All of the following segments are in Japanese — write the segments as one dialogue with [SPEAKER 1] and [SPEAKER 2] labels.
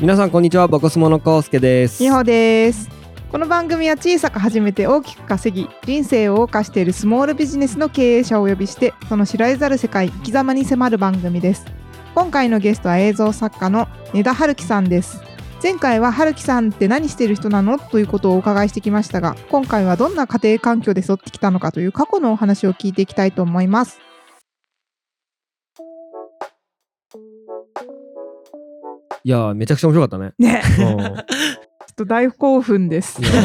[SPEAKER 1] 皆さんこんにちはバコスモのコウスケです
[SPEAKER 2] みほですこの番組は小さく始めて大きく稼ぎ人生を謳歌しているスモールビジネスの経営者をお呼びしてその知られざる世界生き様に迫る番組です今回のゲストは映像作家の根田春樹さんです前回は春樹さんって何してる人なのということをお伺いしてきましたが今回はどんな家庭環境で育ってきたのかという過去のお話を聞いていきたいと思います
[SPEAKER 1] いやーめちゃくちゃ面白か ったね
[SPEAKER 2] ね
[SPEAKER 1] う
[SPEAKER 2] ちょっと大興奮です
[SPEAKER 1] んいや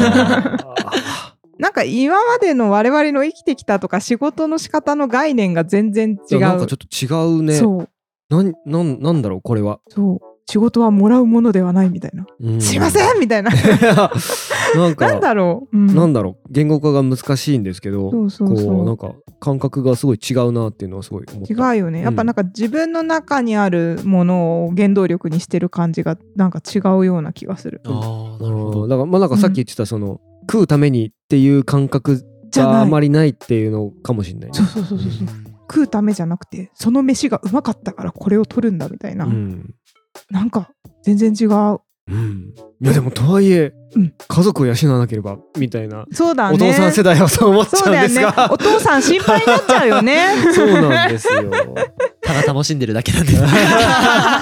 [SPEAKER 2] なんか今までの我々の生きてきたとか仕事の仕方の概念が全然違
[SPEAKER 1] ー
[SPEAKER 2] う。
[SPEAKER 1] なんかちょっと違うね
[SPEAKER 2] そう
[SPEAKER 1] なんなんなんだろうこれは、
[SPEAKER 2] そう仕事はもらうものではないみたいな。
[SPEAKER 1] うん
[SPEAKER 2] すいませんみたいな。
[SPEAKER 1] なんか
[SPEAKER 2] なんだろう。うん
[SPEAKER 1] なんだろう言語化が難しいんですけど
[SPEAKER 2] そうそうそう
[SPEAKER 1] こうなんか感覚がすごい違うなっていうのはすごい思った
[SPEAKER 2] 違うよね。やっぱ
[SPEAKER 1] うん
[SPEAKER 2] なんか自分の中にあるものを原動力にしてる感じがなんか違うような気がする。
[SPEAKER 3] ああ、
[SPEAKER 1] な
[SPEAKER 3] なる
[SPEAKER 1] る
[SPEAKER 3] ほ
[SPEAKER 1] ほど
[SPEAKER 3] ど。
[SPEAKER 1] だからまあなんかさっき言ってたその、食うためにっていう感覚
[SPEAKER 2] じゃ
[SPEAKER 1] が
[SPEAKER 2] ない。
[SPEAKER 1] あまりないっていうのかもしれない
[SPEAKER 2] そうそうそうそうそう。食うためじゃなくてその飯がうまかったからこれを取るんだみたいな、
[SPEAKER 1] うん、
[SPEAKER 2] なんか全然違う
[SPEAKER 1] うん、いやでもとはいえ、
[SPEAKER 2] うん
[SPEAKER 1] 家族を養わなければみたいな、
[SPEAKER 2] そうだね
[SPEAKER 1] お父さん世代はそう思っち
[SPEAKER 2] そ
[SPEAKER 1] ゃ
[SPEAKER 2] う
[SPEAKER 1] うん
[SPEAKER 2] だ
[SPEAKER 1] で
[SPEAKER 2] よ
[SPEAKER 1] す
[SPEAKER 2] ね
[SPEAKER 1] が
[SPEAKER 2] お父さん心配になっちゃうよね
[SPEAKER 1] そうなんですよ
[SPEAKER 3] ただ楽しんでるだけなんですね。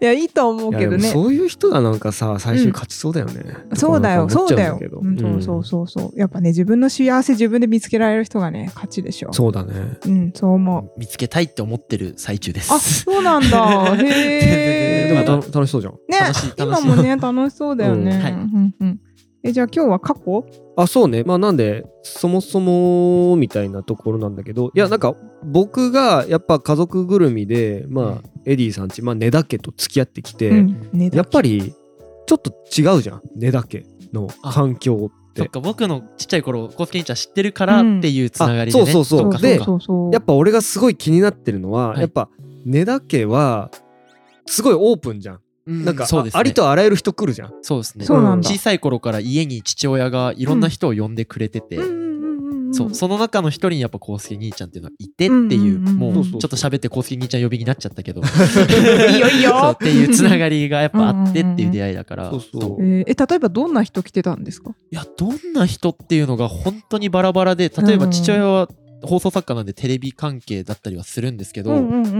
[SPEAKER 2] いやいいと思う
[SPEAKER 1] いや
[SPEAKER 2] け
[SPEAKER 1] で
[SPEAKER 2] ど
[SPEAKER 1] も
[SPEAKER 2] ね
[SPEAKER 1] そういう人がなんかさ最終
[SPEAKER 2] うん
[SPEAKER 1] 勝ちそうだよね、
[SPEAKER 2] そうだよ
[SPEAKER 1] とか
[SPEAKER 2] そうだよ、
[SPEAKER 1] なんか
[SPEAKER 2] う
[SPEAKER 1] 思っ
[SPEAKER 2] ん
[SPEAKER 1] ちゃ
[SPEAKER 2] そうう
[SPEAKER 1] だ
[SPEAKER 2] ん
[SPEAKER 1] けど
[SPEAKER 2] そ
[SPEAKER 1] うん
[SPEAKER 2] うそうそうやっぱね自分の幸せ自分で見つけられる人がね勝ちでしょ
[SPEAKER 1] そうだね
[SPEAKER 2] ううんそう思う
[SPEAKER 3] 見つけたいって思ってる最中です。
[SPEAKER 2] あそうなんだへ
[SPEAKER 1] え
[SPEAKER 2] え
[SPEAKER 1] ーでもた楽しそうじゃん
[SPEAKER 2] ね
[SPEAKER 3] 楽しい楽
[SPEAKER 2] 今
[SPEAKER 3] しい
[SPEAKER 2] もね楽しそうだよね、
[SPEAKER 1] うん
[SPEAKER 3] はい
[SPEAKER 2] うんうんえじゃあ今日は過去
[SPEAKER 1] あそうねまあなんでそもそもみたいなところなんだけどいやなんか僕がやっぱ家族ぐるみでまあエディさんちまあ根田家と付き合ってきて、
[SPEAKER 2] うんね
[SPEAKER 1] やっぱりちょっと違うじゃん根田家の環境って
[SPEAKER 3] そっか、僕のちっちゃい頃、コースケンちゃん知ってるからっていうつながりでね。
[SPEAKER 1] うんあそうそうそう
[SPEAKER 2] そ
[SPEAKER 3] っ
[SPEAKER 2] う
[SPEAKER 3] か
[SPEAKER 2] そう
[SPEAKER 1] で
[SPEAKER 3] っか
[SPEAKER 2] そうそう
[SPEAKER 1] やっぱ俺がすごい気になってるのは、
[SPEAKER 3] はい
[SPEAKER 1] やっぱ根田家はすごいオープンじゃん、
[SPEAKER 3] うん
[SPEAKER 1] なんか
[SPEAKER 3] そうですね
[SPEAKER 1] あありとあらゆる人来るじゃん
[SPEAKER 3] そうですね。
[SPEAKER 2] そうなんだ
[SPEAKER 3] 小さい頃から家に父親がいろんな人を呼んでくれてて、
[SPEAKER 2] うんうんうんうん
[SPEAKER 3] そうその中の一人にやっぱコースケ兄ちゃんっていうのはいてっていう、
[SPEAKER 2] うんうんうん
[SPEAKER 3] もう
[SPEAKER 1] そう
[SPEAKER 3] ち
[SPEAKER 1] そう
[SPEAKER 3] ょっと喋ってコースケ兄ちゃん呼びになっちゃった けど
[SPEAKER 2] いいよいいよ
[SPEAKER 3] そうっていうつながりがやっぱあってっていう出会いだから
[SPEAKER 1] そうそう
[SPEAKER 2] えーえ例えばどんな人来てたんですか
[SPEAKER 3] いやどんな人っていうのが本当にバラバラで例えば父親は放送作家なんでテレビ関係だったりはするんですけど、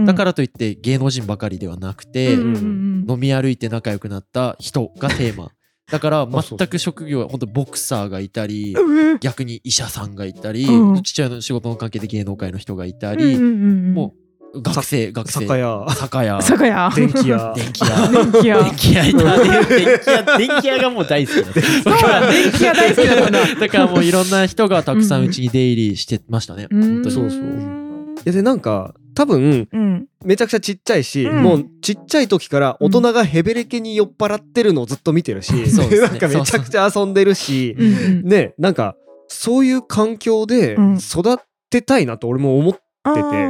[SPEAKER 3] だかららといって芸能人ばかりではなくて、
[SPEAKER 1] うん
[SPEAKER 3] 飲み歩いて仲良くなった人がテーマだから
[SPEAKER 1] あそう
[SPEAKER 3] 全く職業は本当ボクサーがいたり逆に医者さんがいたり、
[SPEAKER 2] うん
[SPEAKER 3] 父親の仕事の関係で芸能界の人がいたり、
[SPEAKER 2] も
[SPEAKER 3] もう学生学生
[SPEAKER 1] 酒屋
[SPEAKER 3] 酒屋
[SPEAKER 2] 酒屋
[SPEAKER 1] 電気屋
[SPEAKER 3] 電気屋
[SPEAKER 2] 電気屋
[SPEAKER 3] 電気屋いた電気屋電気屋がもう大好き なんです
[SPEAKER 2] そうだ電気屋大好きだったんだ
[SPEAKER 3] だからもういろんな人がたくさんうちに出入りしてましたね。 本当に
[SPEAKER 1] そうそう
[SPEAKER 2] うん
[SPEAKER 1] いやでなんか多分
[SPEAKER 2] うん
[SPEAKER 1] めちゃくちゃちっちゃいし、
[SPEAKER 2] うん
[SPEAKER 1] もうちっちゃい時から大人がヘベレケに酔っ払ってるのをずっと見てるし、
[SPEAKER 3] そうですね
[SPEAKER 1] なんかめちゃくちゃ遊んでるし、
[SPEAKER 2] うんうん
[SPEAKER 1] ねなんかそういう環境で
[SPEAKER 2] うん
[SPEAKER 1] 育てたいなと俺も思っ
[SPEAKER 2] あー
[SPEAKER 1] てて
[SPEAKER 2] あー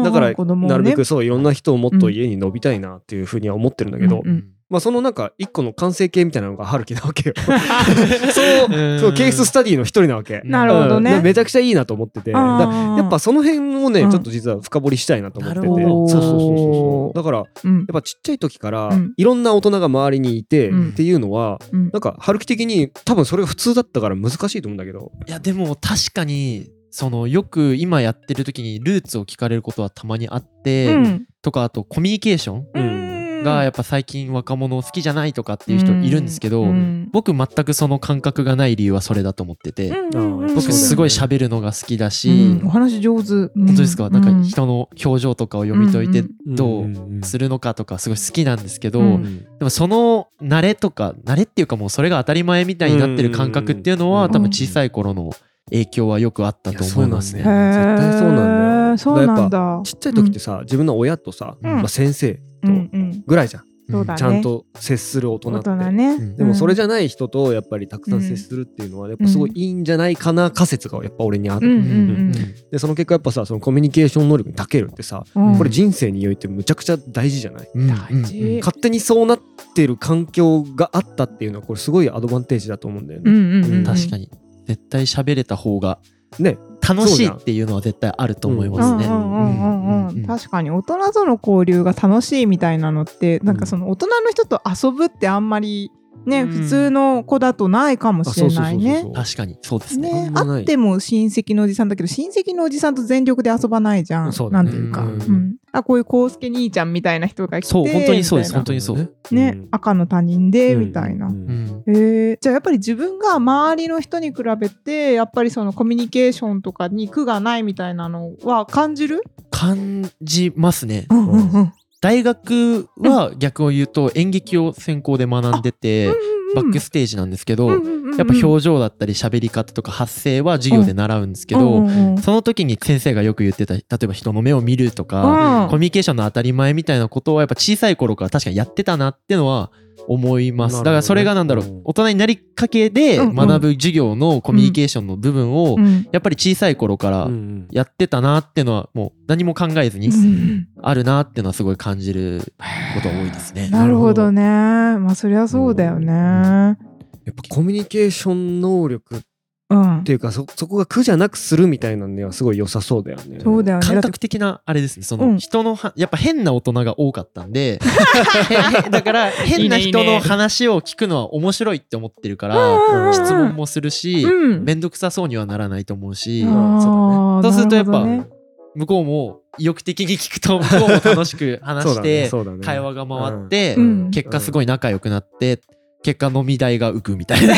[SPEAKER 2] あー
[SPEAKER 1] だから
[SPEAKER 2] 子供をね
[SPEAKER 1] なるべくそういろんな人をもっと家に伸びたいなっていうふうには思ってるんだけど、
[SPEAKER 2] うん
[SPEAKER 1] まあそのなんか一個の完成形みたいなのが春樹なわけよそう
[SPEAKER 3] うん
[SPEAKER 1] そうケーススタディの一人なわけ
[SPEAKER 2] なるほどね
[SPEAKER 1] うんでめちゃくちゃいいなと思っててだ
[SPEAKER 2] あー
[SPEAKER 1] やっぱその辺をね、
[SPEAKER 2] うん
[SPEAKER 1] ちょっと実は深掘りしたいなと思ってて
[SPEAKER 3] なるほど
[SPEAKER 1] そうそうそうそうだからやっ
[SPEAKER 2] うん
[SPEAKER 1] ぱちっちゃい時から
[SPEAKER 2] うん
[SPEAKER 1] いろんな大人が周りにいて
[SPEAKER 2] うん
[SPEAKER 1] っていうのは、
[SPEAKER 2] うん
[SPEAKER 1] なんか春樹的に多分それが普通だったから難しいと思うんだけど、
[SPEAKER 3] いやでも確かにそのよく今やってる時にルーツを聞かれることはたまにあって、
[SPEAKER 2] うん
[SPEAKER 3] とかあとコミュニケーション
[SPEAKER 2] うん
[SPEAKER 3] がやっぱ最近若者好きじゃないとかっていう人いるんですけど、
[SPEAKER 2] うん
[SPEAKER 3] 僕全くその感覚がない理由はそれだと思ってて、
[SPEAKER 2] うんうんうん
[SPEAKER 1] 僕
[SPEAKER 3] 僕すごい喋るのが好きだし、
[SPEAKER 2] うんお話上手
[SPEAKER 3] 本当ですか、
[SPEAKER 2] う
[SPEAKER 3] なんか人の表情とかを読み解いてどう
[SPEAKER 1] うん
[SPEAKER 3] するのかとかすごい好きなんですけど、
[SPEAKER 2] うん
[SPEAKER 3] でもその慣れとか慣れっていうかもうそれが当たり前みたいになってる感覚っていうのは
[SPEAKER 1] うん
[SPEAKER 3] 多分小さい頃の影響はよくあったと思います
[SPEAKER 1] い
[SPEAKER 3] ね。
[SPEAKER 1] や絶対そうなんだよ
[SPEAKER 2] へーそうなんだ
[SPEAKER 1] ちっちゃい時ってさ、自分の親とさ、
[SPEAKER 3] うん
[SPEAKER 1] まあ、先生と
[SPEAKER 2] うんうん
[SPEAKER 1] ぐらいじゃん、
[SPEAKER 2] うんそうだね
[SPEAKER 1] ちゃんと接する大人
[SPEAKER 2] 大
[SPEAKER 1] って。
[SPEAKER 2] 人ね
[SPEAKER 3] うん
[SPEAKER 1] でもそれ
[SPEAKER 2] じ
[SPEAKER 1] じゃない人とやっぱりたくさん接するっていうのはやっぱすごいいいんじゃないかな仮説がやっぱ俺にあって、
[SPEAKER 2] うんうん
[SPEAKER 3] うん
[SPEAKER 1] でその結果やっぱさそのコミュニケーション能力に長けるってさ
[SPEAKER 2] うん
[SPEAKER 1] これ人生においてむちゃくちゃ大事じゃない、
[SPEAKER 3] うん
[SPEAKER 2] 大事
[SPEAKER 1] 勝手にそうなってる環境があったっていうのはこれすごいアドバンテージだと思うんだよ
[SPEAKER 2] う
[SPEAKER 1] ね。
[SPEAKER 2] んうんうん
[SPEAKER 3] 確かに絶対喋れた方が
[SPEAKER 1] ね
[SPEAKER 3] 楽しいっていうのは絶対あると思いますね。
[SPEAKER 2] うんうんうんうんうん
[SPEAKER 3] うん
[SPEAKER 2] 確かに大人との交流が楽しいみたいなのってなんかその大人の人と遊ぶってあんまりね、
[SPEAKER 3] うん
[SPEAKER 2] 普通の子だとないかもしれない
[SPEAKER 1] あそうそう
[SPEAKER 2] ね。
[SPEAKER 1] そうそう
[SPEAKER 3] 確かにそうですね。
[SPEAKER 2] ね
[SPEAKER 1] あんまな
[SPEAKER 2] あ
[SPEAKER 1] い
[SPEAKER 2] っても親戚のおじさんだけど親戚のおじさんと全力で遊ばないじゃん、
[SPEAKER 1] そう
[SPEAKER 2] な
[SPEAKER 1] だ
[SPEAKER 2] ん
[SPEAKER 1] ね
[SPEAKER 2] ていうか、う
[SPEAKER 3] うんん
[SPEAKER 2] あこういう康介兄ちゃんみたいな人が来て
[SPEAKER 3] そう本当にそうです
[SPEAKER 2] みたい
[SPEAKER 3] 本当にそう。
[SPEAKER 2] なね、
[SPEAKER 1] うん
[SPEAKER 2] 赤の他人で、みたいな
[SPEAKER 1] う、ん
[SPEAKER 3] うん
[SPEAKER 2] えーじゃあやっぱり自分が周りの人に比べてやっぱりそのコミュニケーションとかに苦がないみたいなのは感じる、
[SPEAKER 3] 感じますね。
[SPEAKER 2] うんうんうん
[SPEAKER 3] 大学は逆を言うと演劇を専攻で学んでて、バックステージなんですけど、やっぱ表情だったり喋り方とか発声は授業で習うんですけど、
[SPEAKER 2] うんうんうん
[SPEAKER 3] その時に先生がよく言ってた例えば人の目を見るとか、
[SPEAKER 2] うん
[SPEAKER 3] コミュニケーションの当たり前みたいなことをやっぱ小さい頃から確かにやってたなってのは思います、
[SPEAKER 1] なるほどね
[SPEAKER 3] だからそれがなんだろう、
[SPEAKER 1] うん
[SPEAKER 3] 大人になりかけで
[SPEAKER 2] うん
[SPEAKER 3] 学ぶ授業のコミュニケーションの部分を
[SPEAKER 2] うん
[SPEAKER 3] やっぱり小さい頃から
[SPEAKER 1] うんうん
[SPEAKER 3] やってたなってのはもう何も考えずに
[SPEAKER 2] うん
[SPEAKER 3] あるなってのはすごい感じることが多いですね。
[SPEAKER 2] なるほどねまあそりゃそうだよね
[SPEAKER 1] やっぱコミュニケーション能力っ
[SPEAKER 2] うん
[SPEAKER 1] ていうかそそこが苦じゃなくするみたいなのにはすごい良さそうだよね。
[SPEAKER 2] そうだよね
[SPEAKER 3] 感覚的なあれですねそ
[SPEAKER 2] うん
[SPEAKER 3] の人のはやっぱ変な大人が多かったん でへへだから変ない
[SPEAKER 2] いねい
[SPEAKER 3] 人
[SPEAKER 2] いね
[SPEAKER 3] の話を聞くのは面白いって思ってるから
[SPEAKER 2] うんうんうん
[SPEAKER 3] 質問もするし
[SPEAKER 2] うん
[SPEAKER 3] 面倒くさそうにはならないと思うし
[SPEAKER 2] あー
[SPEAKER 3] そうするとやっ
[SPEAKER 2] な
[SPEAKER 3] ぱ
[SPEAKER 2] ほどね
[SPEAKER 3] 向こうも意欲的に聞くと向こうも楽し く話
[SPEAKER 1] そう
[SPEAKER 3] し
[SPEAKER 1] だね
[SPEAKER 3] て
[SPEAKER 1] そうだね
[SPEAKER 3] 会話が回って
[SPEAKER 2] うん
[SPEAKER 3] 結果すごい仲良くなって結果飲み代が浮くみた いな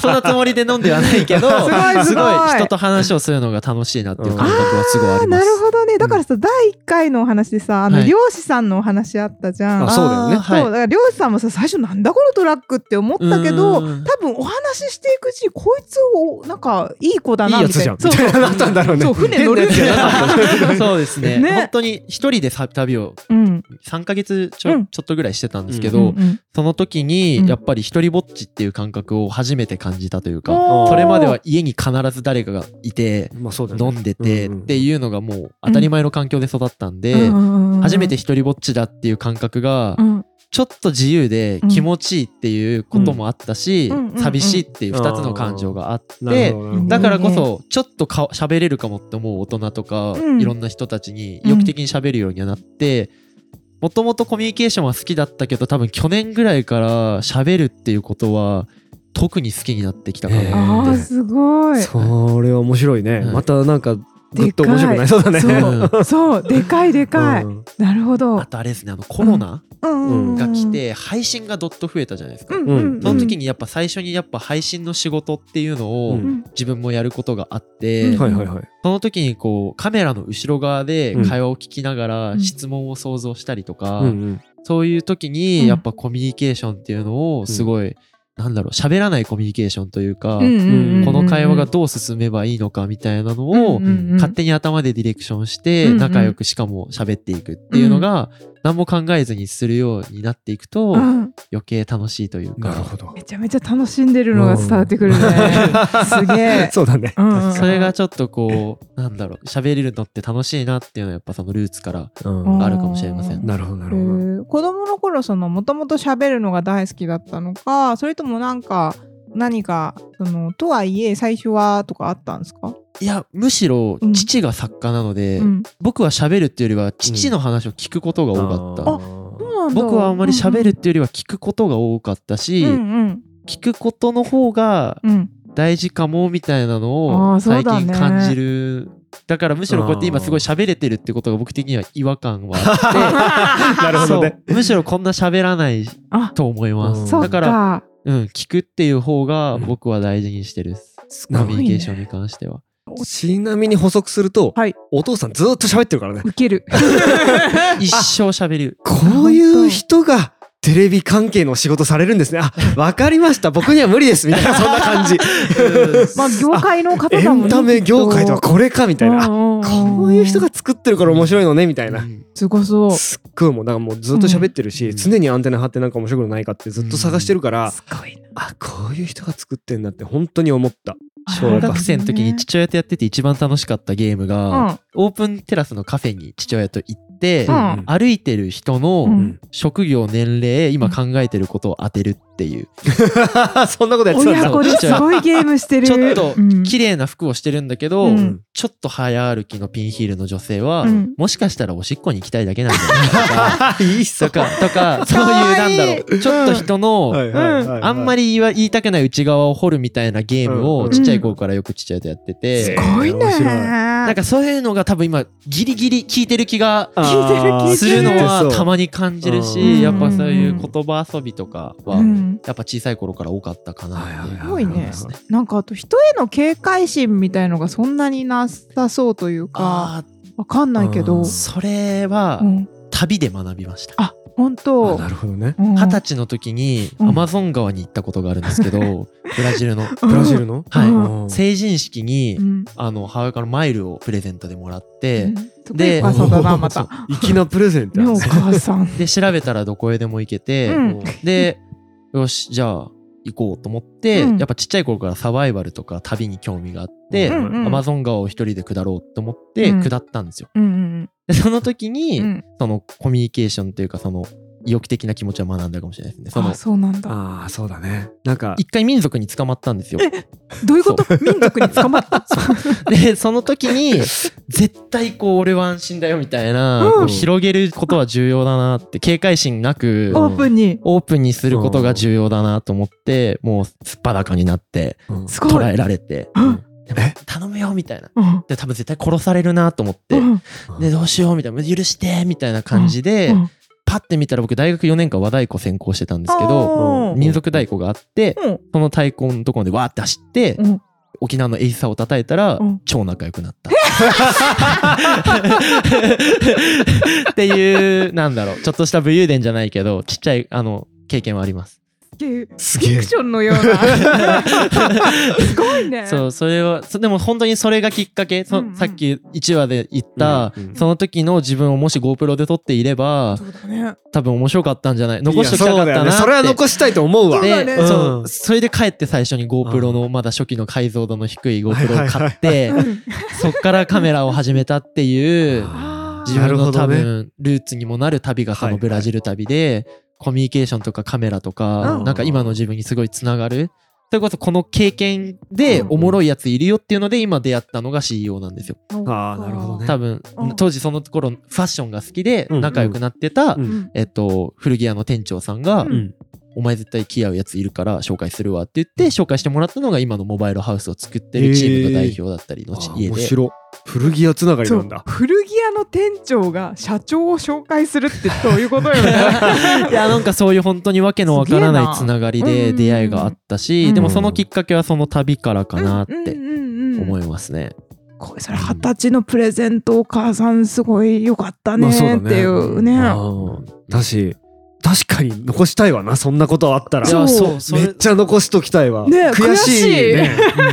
[SPEAKER 3] そんなつもりで飲んではないけど
[SPEAKER 2] すごいすごい
[SPEAKER 3] 人と話をするのが楽しいなっていう感覚はすごいあ
[SPEAKER 2] あ
[SPEAKER 3] りま
[SPEAKER 2] な
[SPEAKER 3] す。
[SPEAKER 2] るほどねだからさ第1回のお話でさあの
[SPEAKER 3] はい
[SPEAKER 2] 漁師さんのお話あったじゃん
[SPEAKER 1] あそうだよね
[SPEAKER 3] あー
[SPEAKER 2] そう
[SPEAKER 3] はい
[SPEAKER 2] だから漁師さんもさ最初なんだこのトラックって思ったけど多
[SPEAKER 3] うーん
[SPEAKER 2] 分お話ししていくうちにこいつをなんかいい子だ
[SPEAKER 1] いい
[SPEAKER 2] な
[SPEAKER 1] や
[SPEAKER 2] みた
[SPEAKER 1] つ
[SPEAKER 2] い
[SPEAKER 1] じゃ
[SPEAKER 2] なん
[SPEAKER 1] みたいななったんだろうね。
[SPEAKER 2] そう船乗る
[SPEAKER 1] 変なやつじゃなかった
[SPEAKER 3] そうです ね
[SPEAKER 2] ね
[SPEAKER 3] 本当に一人でさ旅を
[SPEAKER 2] うん
[SPEAKER 3] 3ヶ月ちょ,、
[SPEAKER 2] うん
[SPEAKER 3] ちょっとぐらいしてたんですけ
[SPEAKER 1] け
[SPEAKER 3] ど、
[SPEAKER 2] うんうん
[SPEAKER 3] その時
[SPEAKER 2] うん
[SPEAKER 3] にやっぱり一人ぼっちっていう感覚を初めて感じたというか、
[SPEAKER 2] おー
[SPEAKER 3] それまでは家に必ず誰かがいて
[SPEAKER 1] まあそうだね。
[SPEAKER 3] 飲んでてっ
[SPEAKER 1] うんうん
[SPEAKER 3] ていうのがもう当たり前の環境で育ったんで、初めて一人ぼっちだっていう感覚が
[SPEAKER 2] うん
[SPEAKER 3] ちょっと自由で気持ちいいっていうこともあったし、
[SPEAKER 2] うんうんうんうん
[SPEAKER 3] 寂しいっていう2つの感情があって。
[SPEAKER 1] なるほどなるほど
[SPEAKER 3] だからこそちょっとか喋れるかもって思う大人とか、
[SPEAKER 2] うん
[SPEAKER 3] いろんな人たちに意欲的に喋るようにはなってもともとコミュニケーションは好きだったけど多分去年ぐらいから喋るっていうことは特に好きになってきたか
[SPEAKER 1] へ
[SPEAKER 3] な
[SPEAKER 2] あ
[SPEAKER 3] って
[SPEAKER 2] ーすごい
[SPEAKER 1] それは面白いね。
[SPEAKER 3] はい
[SPEAKER 1] またなんかぐっと
[SPEAKER 2] でかい
[SPEAKER 1] 面白くなりそうだね。
[SPEAKER 2] そうそうでかいでかい
[SPEAKER 1] うん
[SPEAKER 2] なるほど
[SPEAKER 3] あとあれですねあのコロナ
[SPEAKER 2] うんうんうん
[SPEAKER 3] が来て配信がどっと増えたじゃないですか、
[SPEAKER 2] うんうんうん
[SPEAKER 3] その時にやっぱ最初にやっぱ配信の仕事っていうの
[SPEAKER 1] う
[SPEAKER 3] を
[SPEAKER 1] ん
[SPEAKER 3] 自分もやることがあって、
[SPEAKER 2] うん
[SPEAKER 1] はいはいはい。
[SPEAKER 3] その時にこうカメラの後ろ側で会話を聞きなが
[SPEAKER 2] う
[SPEAKER 3] ら
[SPEAKER 2] ん
[SPEAKER 3] 質問を想像したりとか、
[SPEAKER 1] うんうん
[SPEAKER 3] そういう時
[SPEAKER 2] うん
[SPEAKER 3] にやっぱコミュニケーションっていうのをすごい、なんだろう喋らないコミュニケーションというか、
[SPEAKER 2] うんうんうん
[SPEAKER 3] この会話がどう進めばいいのかみたいなの
[SPEAKER 2] うんう
[SPEAKER 3] を
[SPEAKER 2] んうん
[SPEAKER 3] 勝手に頭でディレクションして
[SPEAKER 2] うんうん
[SPEAKER 3] 仲良くしかも喋っていくっていうのが何も考えずにするようになっていくと
[SPEAKER 2] うん
[SPEAKER 3] 余計楽しいという
[SPEAKER 1] なる
[SPEAKER 3] か
[SPEAKER 1] ほど
[SPEAKER 2] め。ちゃめちゃ楽しんでるのが伝わってくるねすげ え
[SPEAKER 1] そうだね。
[SPEAKER 2] うんうん
[SPEAKER 3] それがちょっとこうなんだろう喋れるのって楽しいなっていうのはやっぱそのルーツから
[SPEAKER 1] うん
[SPEAKER 3] あるかもしれません。
[SPEAKER 1] なるほどな
[SPEAKER 2] へ
[SPEAKER 1] るほど。
[SPEAKER 2] ー子供の頃そのもともと喋るのが大好きだったのかそれともなんか何かそのとはいえ最初はとかあったんですか、
[SPEAKER 3] いやむしろ
[SPEAKER 2] うん
[SPEAKER 3] 父が作家なので、
[SPEAKER 2] うん、
[SPEAKER 3] 僕は喋るっていうよりは父の話を聞くことが多かった、
[SPEAKER 1] っ
[SPEAKER 2] そうなんだ
[SPEAKER 3] 僕はあんまり喋るっていうよりは聞くことが多かったし、
[SPEAKER 2] うんうん
[SPEAKER 3] 聞くことの方が
[SPEAKER 2] うんうん
[SPEAKER 3] 大事かもみたいな
[SPEAKER 2] あー
[SPEAKER 3] のを
[SPEAKER 2] そう
[SPEAKER 3] 最
[SPEAKER 2] だね
[SPEAKER 3] 近感じるだからむしろこうやって今すごい喋れてるってことが僕的には違和感はあっ て
[SPEAKER 1] なるほどね
[SPEAKER 3] そうむしろこんな喋らない
[SPEAKER 2] あ
[SPEAKER 3] と思います、
[SPEAKER 1] うん
[SPEAKER 2] そっ
[SPEAKER 3] だ
[SPEAKER 2] か
[SPEAKER 3] から、うん、聞くっていう方が僕は大事にしてる
[SPEAKER 2] す
[SPEAKER 1] ごい
[SPEAKER 3] コ
[SPEAKER 1] ね
[SPEAKER 3] ミュニケーションに関しては、
[SPEAKER 1] ちなみに補足すると
[SPEAKER 2] はい、
[SPEAKER 1] お父さんずっと喋ってるからね。
[SPEAKER 2] ウケる
[SPEAKER 3] 一生喋る
[SPEAKER 1] こういう人がテレビ関係の仕事されるんですね。あ、わかりました。僕には無理です。みたい な、そんな感じ。
[SPEAKER 2] まあ業界の方
[SPEAKER 1] エ
[SPEAKER 2] だもん
[SPEAKER 1] ン
[SPEAKER 2] ね
[SPEAKER 1] タメ業界とは
[SPEAKER 2] きっ
[SPEAKER 1] これか、みたいな。あ
[SPEAKER 2] うんうんん
[SPEAKER 1] こういう人が作ってるから面白いのね、みたいな
[SPEAKER 3] う。ん
[SPEAKER 2] すごそうす
[SPEAKER 1] すっごいもう、だからもうずっと喋ってるし、
[SPEAKER 3] うん
[SPEAKER 1] 常にアンテナ張ってなんか面白いことないかってずっと探してるから、
[SPEAKER 2] ごいな
[SPEAKER 1] あ、こういう人が作ってんだって本当に思った。
[SPEAKER 3] 小
[SPEAKER 1] やっぱ
[SPEAKER 3] 学生の時に父親とやってて一番楽しかったゲーム
[SPEAKER 2] う
[SPEAKER 3] が、
[SPEAKER 2] ん
[SPEAKER 3] オープンテラスのカフェに父親と行って、
[SPEAKER 2] うん
[SPEAKER 3] 歩いてる人
[SPEAKER 2] う
[SPEAKER 3] の
[SPEAKER 2] ん
[SPEAKER 1] うん
[SPEAKER 3] 職業年齢今考えてることを当てるっっていう
[SPEAKER 1] そんなことやってたん
[SPEAKER 2] 親
[SPEAKER 1] だ
[SPEAKER 2] 子ですごいゲームしてる
[SPEAKER 3] ちょっと
[SPEAKER 2] うん
[SPEAKER 3] 綺麗な服をしてるんだけど、
[SPEAKER 2] うん
[SPEAKER 3] ちょっと早歩きのピンヒールの女性は、
[SPEAKER 2] うん
[SPEAKER 3] もしかしたらおしっこに行きたいだけなんだよ
[SPEAKER 1] いいっ
[SPEAKER 3] とか とかそういう
[SPEAKER 2] かわ
[SPEAKER 3] ないん
[SPEAKER 2] い
[SPEAKER 3] だろうちょっと人の、
[SPEAKER 1] はいはいはい
[SPEAKER 3] あんまり言わ言いたくない内側を掘るみたいなゲーム
[SPEAKER 1] うんう
[SPEAKER 3] を
[SPEAKER 1] ん
[SPEAKER 3] ちっちゃい頃からよくちっちゃいとやってて、
[SPEAKER 1] す
[SPEAKER 2] ごい
[SPEAKER 1] 面白い
[SPEAKER 2] な
[SPEAKER 3] なんかそういうのが多分今ギリギリ効いてる気が
[SPEAKER 1] あー
[SPEAKER 2] 聞いてる聞いてる
[SPEAKER 3] するのはたまに感じる
[SPEAKER 1] う
[SPEAKER 3] し
[SPEAKER 2] ん
[SPEAKER 3] やっぱそういう言葉遊びとかは
[SPEAKER 2] うん
[SPEAKER 3] やっぱ小さい頃から多かったかなっていう
[SPEAKER 2] すごいね
[SPEAKER 1] そうです
[SPEAKER 2] なんかあと人への警戒心みたいのがそんなになさそうというか
[SPEAKER 3] あ
[SPEAKER 2] わかんないけど
[SPEAKER 1] う
[SPEAKER 3] ーそれは
[SPEAKER 2] うん
[SPEAKER 3] 旅で学びました
[SPEAKER 2] あ本
[SPEAKER 1] あ
[SPEAKER 2] 当
[SPEAKER 1] なるほどね
[SPEAKER 2] うん
[SPEAKER 3] 二十歳の時に
[SPEAKER 2] うん
[SPEAKER 3] アマゾン川に行ったことがあるんですけどブラジルの
[SPEAKER 1] ブラジルの
[SPEAKER 3] はい
[SPEAKER 1] うん
[SPEAKER 3] 成人式に
[SPEAKER 2] うん
[SPEAKER 3] あの母親からマイルをプレゼントでもらって
[SPEAKER 2] で
[SPEAKER 3] で
[SPEAKER 2] お母さんだ なま
[SPEAKER 3] そ
[SPEAKER 2] た
[SPEAKER 1] 粋なプレゼント
[SPEAKER 2] ね
[SPEAKER 1] や
[SPEAKER 2] お母さん
[SPEAKER 3] で調べたらどこへでも行けて
[SPEAKER 2] うん
[SPEAKER 3] でよしじゃあ行こうと思って
[SPEAKER 2] うん
[SPEAKER 3] やっぱちっちゃい頃からサバイバルとか旅に興味があって
[SPEAKER 1] うん
[SPEAKER 3] アマゾン川を一人で下ろうと思って
[SPEAKER 2] うん
[SPEAKER 3] 下ったんですよ。
[SPEAKER 2] うんうん
[SPEAKER 3] でその時
[SPEAKER 2] う
[SPEAKER 3] に
[SPEAKER 2] ん
[SPEAKER 3] そのコミュニケーションというかその意欲的な気持ちは学んだかもしれないですね。その
[SPEAKER 2] あそうなんだ
[SPEAKER 1] ああそうだねなんか
[SPEAKER 3] 一回民族に捕まったんですよ。
[SPEAKER 2] どういうこと民族に捕まった
[SPEAKER 3] でその時に絶対こう俺は安心だよみたいな、
[SPEAKER 2] うん
[SPEAKER 3] こう広げることは重要だなって警戒心なく
[SPEAKER 2] オープンに
[SPEAKER 3] オープンにすることが重要だなと思ってもうすっぱだかになって
[SPEAKER 1] うん
[SPEAKER 2] す
[SPEAKER 3] 捕
[SPEAKER 2] ご
[SPEAKER 3] らえ
[SPEAKER 2] い
[SPEAKER 3] られて
[SPEAKER 2] うん
[SPEAKER 3] でも頼むよみたいな
[SPEAKER 2] うん
[SPEAKER 3] で多分絶対殺されるなと思って
[SPEAKER 2] うん
[SPEAKER 3] でどうしようみたいな許してみたいな感じで
[SPEAKER 2] うん
[SPEAKER 3] パッて見たら僕大学4年間和太鼓専攻してたんですけど
[SPEAKER 2] あー
[SPEAKER 3] 民族太鼓があって
[SPEAKER 2] うん
[SPEAKER 3] その太鼓のところでわーって走って
[SPEAKER 2] うん
[SPEAKER 3] 沖縄のエイサーを叩いたら、
[SPEAKER 2] うん
[SPEAKER 3] 超仲良くなったっていうなんだろうちょっとした武勇伝じゃないけどちっちゃいあの経験はあります、
[SPEAKER 2] フ
[SPEAKER 1] すげ
[SPEAKER 2] ィ
[SPEAKER 1] え
[SPEAKER 2] クションのような すごいね
[SPEAKER 3] そうそれはそでも本当にそれがきっかけそ、
[SPEAKER 2] うんうん
[SPEAKER 3] さっき1話で言った、
[SPEAKER 1] うんうん
[SPEAKER 3] その時の自分をもし GoPro で撮っていれば
[SPEAKER 2] そうだね
[SPEAKER 3] 多分面白かったんじゃない残しときたかっ
[SPEAKER 1] いやそうだよ
[SPEAKER 3] た
[SPEAKER 1] ね
[SPEAKER 3] なって
[SPEAKER 1] それは残したいと思うわ
[SPEAKER 2] そうだね
[SPEAKER 3] でそう
[SPEAKER 1] うん
[SPEAKER 3] それで帰って最初に GoPro のまだ初期の解像度の低い GoPro を買って、
[SPEAKER 2] うん
[SPEAKER 3] そっからカメラを始めたっていう
[SPEAKER 2] あー
[SPEAKER 3] 自分の多
[SPEAKER 1] なるほ
[SPEAKER 3] 分ルーツにもなる旅がそ
[SPEAKER 1] はいは
[SPEAKER 3] の
[SPEAKER 1] い
[SPEAKER 3] ブラジル旅でコミュニケーションとかカメラと
[SPEAKER 1] う
[SPEAKER 3] か
[SPEAKER 1] ん
[SPEAKER 3] なんか今の自分にすごいつながるそれこそこの経験で
[SPEAKER 1] うん
[SPEAKER 3] おもろいやついるよっていうので今出会ったのが CEO なんですよ
[SPEAKER 1] あーなるほどね
[SPEAKER 3] 多分
[SPEAKER 2] うん
[SPEAKER 3] 当時その頃ファッションが好きで
[SPEAKER 1] うん
[SPEAKER 3] 仲良くなってた
[SPEAKER 1] う
[SPEAKER 2] うん
[SPEAKER 1] ん
[SPEAKER 3] えっと古着屋の店長さんが
[SPEAKER 2] う
[SPEAKER 1] うん
[SPEAKER 3] 「お前絶対気合うやついるから紹介するわ」って言って紹介してもらったのが今のモバイルハウスを作ってるチームの代表だったりの
[SPEAKER 1] あー
[SPEAKER 3] 家
[SPEAKER 1] 面
[SPEAKER 3] で
[SPEAKER 1] 白古着屋つながり
[SPEAKER 2] そ
[SPEAKER 1] な
[SPEAKER 2] うん
[SPEAKER 1] だ
[SPEAKER 2] 古着屋の店長が社長を紹介するってどういうことよ
[SPEAKER 3] いやなんかそういう本当にわけのわからないつながり
[SPEAKER 2] すげえ
[SPEAKER 3] で
[SPEAKER 2] な
[SPEAKER 3] 出会いがあったし、
[SPEAKER 2] うん
[SPEAKER 3] でもそのきっかけはその旅からかなっ
[SPEAKER 2] うん
[SPEAKER 3] て
[SPEAKER 2] うんうんう
[SPEAKER 3] 思
[SPEAKER 2] ん
[SPEAKER 3] いますね。
[SPEAKER 2] これそれ二十歳のプレゼントお母さんすごい良かったね
[SPEAKER 1] まあそうだ
[SPEAKER 2] っ
[SPEAKER 1] ね
[SPEAKER 2] ていうね,、
[SPEAKER 1] あーだし確かに残したいわなそんなことあったら
[SPEAKER 3] いやそうそれ
[SPEAKER 1] めっちゃ残しときたいわ
[SPEAKER 2] ねえ
[SPEAKER 1] 悔しいね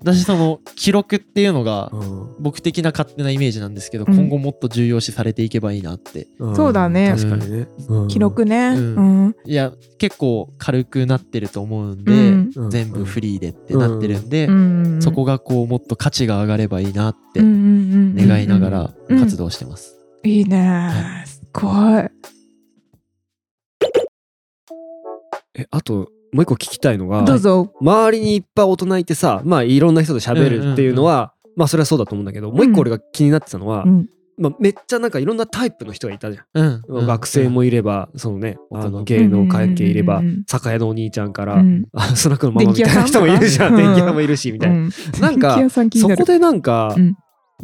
[SPEAKER 3] 私その記録っていうのが
[SPEAKER 1] うん
[SPEAKER 3] 僕的な勝手なイメージなんですけど、
[SPEAKER 2] うん
[SPEAKER 3] 今後もっと重要視されていけばいいなって
[SPEAKER 1] ん
[SPEAKER 2] そうだね
[SPEAKER 1] 確かにねうん
[SPEAKER 2] 記録ね、う
[SPEAKER 3] うんんいや結構軽くなってると思うん
[SPEAKER 2] う
[SPEAKER 3] で、
[SPEAKER 2] ん
[SPEAKER 1] うん
[SPEAKER 3] 全部フリーでってなってるんで、
[SPEAKER 2] うん
[SPEAKER 3] そこがこうもっと価値が上がればいいなって
[SPEAKER 2] うんうんうん
[SPEAKER 3] 願いながら活動してます。
[SPEAKER 2] いいねすごい
[SPEAKER 1] えあともう一個聞きたいのが
[SPEAKER 2] どうぞ
[SPEAKER 1] 周りにいっぱい大人いてさまあいろんな人と喋るっていうのはまあそれはそうだと思うんだけどもう一個俺が気になってたのは
[SPEAKER 2] うん
[SPEAKER 1] まあめっちゃなんかいろんなタイプの人がいたじゃん
[SPEAKER 3] うん
[SPEAKER 1] 学生もいればそのね
[SPEAKER 3] うん
[SPEAKER 1] あの芸能関係いれば
[SPEAKER 2] うんうんうんうん
[SPEAKER 1] 酒屋のお兄ちゃんか
[SPEAKER 2] う
[SPEAKER 1] ら
[SPEAKER 2] ん
[SPEAKER 1] あのスナックのママみたいな人もいるじゃん
[SPEAKER 2] 電
[SPEAKER 1] 電
[SPEAKER 2] 気
[SPEAKER 1] 気
[SPEAKER 2] 屋さんとか
[SPEAKER 1] 屋もいるしみたいな
[SPEAKER 2] うん
[SPEAKER 1] なんか
[SPEAKER 2] 電気屋さん気に
[SPEAKER 1] そ
[SPEAKER 2] なる
[SPEAKER 1] こでなんか、
[SPEAKER 2] うん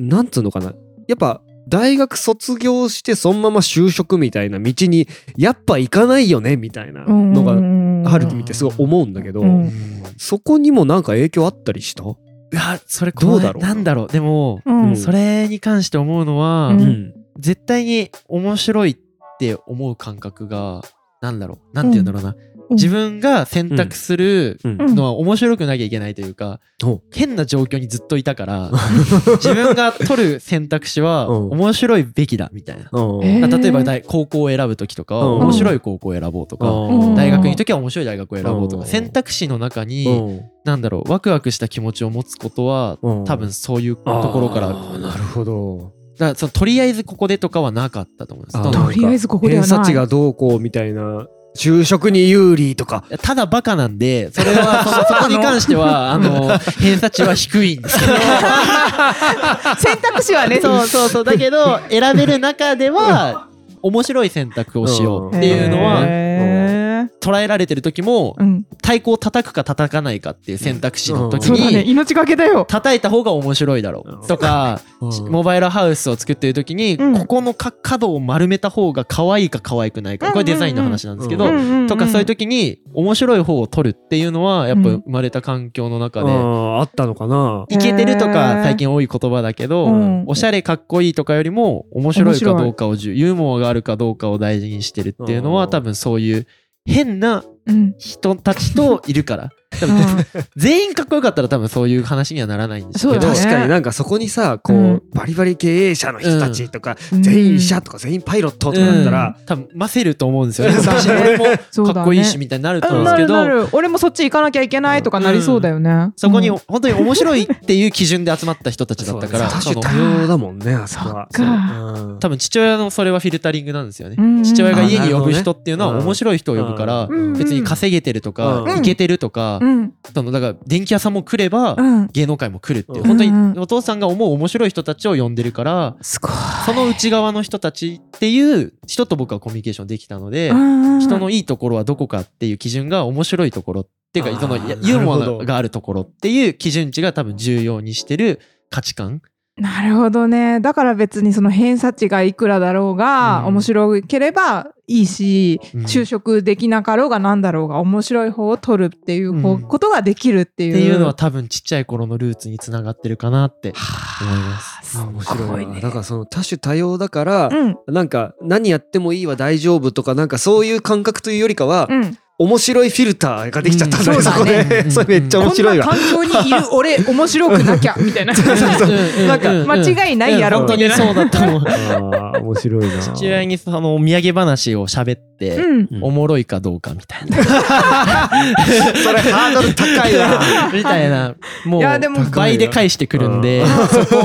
[SPEAKER 1] なんつうのかなやっぱ大学卒業してそのまま就職みたいな道にやっぱ行かないよねみたいなの
[SPEAKER 2] う
[SPEAKER 1] が
[SPEAKER 2] ん
[SPEAKER 1] 春樹見てすごい思うんだけど、
[SPEAKER 2] うん
[SPEAKER 1] そこにもなんか影響あったりした、う
[SPEAKER 3] いやそれ
[SPEAKER 1] ど
[SPEAKER 3] ど
[SPEAKER 1] う
[SPEAKER 3] う
[SPEAKER 1] だ
[SPEAKER 3] だ
[SPEAKER 1] ろ
[SPEAKER 3] ろ
[SPEAKER 1] う
[SPEAKER 3] うなんだろうでも、
[SPEAKER 2] うん
[SPEAKER 3] それに関して思うのは、
[SPEAKER 2] うん
[SPEAKER 1] ん
[SPEAKER 3] 絶対に面白いって思う感覚がなんだろうなんて言うんだろうな、
[SPEAKER 2] うん
[SPEAKER 3] 自分が選択する
[SPEAKER 1] うん
[SPEAKER 2] うん
[SPEAKER 3] のは面白くなきゃいけないというか、
[SPEAKER 1] ほう
[SPEAKER 3] 変な状況にずっといたから 自分が取る選択肢は
[SPEAKER 1] うん
[SPEAKER 3] 面白いべきだみたいな。
[SPEAKER 1] うん
[SPEAKER 2] えー
[SPEAKER 3] 例えば大高校を選ぶ時とかは
[SPEAKER 1] うん
[SPEAKER 3] 面白い高校を選ぼうとか、
[SPEAKER 1] うん
[SPEAKER 3] 大学に行く時は面白い大学を選ぼうとか、
[SPEAKER 1] うん
[SPEAKER 3] 選択肢の中に、
[SPEAKER 1] うん
[SPEAKER 3] なんだろうワクワクした気持ちを持つことは、
[SPEAKER 1] うん
[SPEAKER 3] 多分そういうところから
[SPEAKER 1] あ
[SPEAKER 3] だ
[SPEAKER 1] ー
[SPEAKER 3] か
[SPEAKER 1] なるほど
[SPEAKER 3] らそのとりあえずここでとかはなかったと思います
[SPEAKER 1] あー
[SPEAKER 3] どんどん
[SPEAKER 2] とりあえずここではない
[SPEAKER 1] 偏差値がどうこうみたいな就職に有利とか
[SPEAKER 3] ただバカなんで、それは、そのそこに関しては、あの、偏差値は低いんですけど、
[SPEAKER 2] 選択肢はね
[SPEAKER 3] そうそうそう、だけ ど、選べる中では、面白い選択をしようっていうのは、
[SPEAKER 2] へー
[SPEAKER 3] 捉えられてる時も、
[SPEAKER 2] うん、
[SPEAKER 3] 太鼓を叩くか叩かないかっていう選択肢の時
[SPEAKER 2] そうだね
[SPEAKER 3] に、
[SPEAKER 2] 命がけだよ
[SPEAKER 3] 叩いた方が面白いだろうとか、モバイルハウスを作ってる時に、
[SPEAKER 2] うん
[SPEAKER 3] ここのか角を丸めた方が可愛いか可愛くないか、これデザインの話なんですけ
[SPEAKER 1] う
[SPEAKER 3] ど
[SPEAKER 1] ん、
[SPEAKER 3] とかそういう
[SPEAKER 2] 時
[SPEAKER 3] 時に面白い方を取るっていうのはやっぱ
[SPEAKER 2] うん
[SPEAKER 3] 生まれた環境の中
[SPEAKER 1] あ
[SPEAKER 3] で、
[SPEAKER 1] ーあったのかな
[SPEAKER 2] へー
[SPEAKER 3] イケてるとか最近多い言葉だけど、
[SPEAKER 2] うん
[SPEAKER 3] おしゃれかっこいいとかよりも面白いかどうかを重ユーモアがあるかどうかを大事にしてるっていうの
[SPEAKER 1] う
[SPEAKER 3] は
[SPEAKER 1] ん
[SPEAKER 3] 多分そういう変な人たちとい るから多分全員かっこよかったら多分そういう話にはならないんですけ
[SPEAKER 2] そう
[SPEAKER 3] ど
[SPEAKER 2] だね
[SPEAKER 1] 確かになんかそこにさこう、
[SPEAKER 2] うん
[SPEAKER 1] バリバリ経営者の人たちとか、
[SPEAKER 2] うん
[SPEAKER 1] 全員医者とか全員パイロットとかだったら、
[SPEAKER 3] 多分ませると思うんですよね
[SPEAKER 1] そうだね
[SPEAKER 3] 俺も
[SPEAKER 2] そうだね
[SPEAKER 3] かっこいいしみたいになると思うんで
[SPEAKER 2] な
[SPEAKER 3] すけ
[SPEAKER 2] る
[SPEAKER 3] ど
[SPEAKER 2] なる俺もそっち行かなきゃいけないとかなりそうだよね、
[SPEAKER 3] そこに
[SPEAKER 2] うん
[SPEAKER 3] 本当に面白いっていう基準で集まった人たちだったから
[SPEAKER 1] 多
[SPEAKER 3] そ
[SPEAKER 1] 種
[SPEAKER 3] の
[SPEAKER 1] 多様だもんねあそこは
[SPEAKER 2] そっか
[SPEAKER 1] そううん
[SPEAKER 3] 多分父親のそれはフィルタリングなんですよね、
[SPEAKER 2] うんうん
[SPEAKER 3] 父親が家に呼ぶ
[SPEAKER 1] あなるほど
[SPEAKER 3] 人
[SPEAKER 1] ね
[SPEAKER 3] っていうのは面白い人を呼ぶから、
[SPEAKER 2] うん
[SPEAKER 3] 別に稼げてるとか
[SPEAKER 1] うん
[SPEAKER 3] イケ、てるとか、
[SPEAKER 2] うん
[SPEAKER 3] そのだから電気屋さんも来れば、
[SPEAKER 2] うん
[SPEAKER 3] 芸能界も来るっていう、
[SPEAKER 1] うん
[SPEAKER 3] 本当にお父さんが思う面白い人たちを呼んでるから
[SPEAKER 2] すごい
[SPEAKER 3] その内側の人たちっていう人と僕はコミュニケーションできたので、人
[SPEAKER 2] 人
[SPEAKER 3] のいいところはどこかっていう基準が面白いところっていう
[SPEAKER 1] あ
[SPEAKER 3] か
[SPEAKER 1] ー
[SPEAKER 3] その
[SPEAKER 1] なるほど
[SPEAKER 3] ユーモアがあるところっていう基準値が多分重要にしてる価値観
[SPEAKER 2] なるほどねだから別にその偏差値がいくらだろうが、
[SPEAKER 3] うん
[SPEAKER 2] 面白ければいいし、
[SPEAKER 3] うん
[SPEAKER 2] 就職できなかろうがなんだろうが面白い方を取るっていうこ,、
[SPEAKER 3] うん
[SPEAKER 2] ことができるっていう
[SPEAKER 3] っていうのは多分ちっちゃい頃のルーツにつながってるかなって思います。
[SPEAKER 1] あ面白い
[SPEAKER 2] すご
[SPEAKER 1] ない
[SPEAKER 2] ね
[SPEAKER 1] だからその多種多様だから、
[SPEAKER 2] うん
[SPEAKER 1] なんか何やってもいいは大丈夫とかなんかそういう感覚というよりかは、
[SPEAKER 2] うん、
[SPEAKER 1] 面白いフィルターができちゃったんだよ、
[SPEAKER 2] うん
[SPEAKER 1] そこ
[SPEAKER 3] そうだ
[SPEAKER 1] で、
[SPEAKER 3] ね
[SPEAKER 1] それめっちゃ面白いわ
[SPEAKER 2] こんな環境にいる俺面白くなきゃみ たいな
[SPEAKER 3] なん
[SPEAKER 1] か
[SPEAKER 2] 間違いないやろ
[SPEAKER 3] 本当にそうだと思う。
[SPEAKER 1] あー面白いな
[SPEAKER 3] 父親にそのお土産話を喋って、
[SPEAKER 2] うん
[SPEAKER 3] おもろいかどうかみたいな。
[SPEAKER 1] それハードル高いわ
[SPEAKER 3] みたいな。も
[SPEAKER 2] いやでも
[SPEAKER 3] う倍で返してくるんで、そこを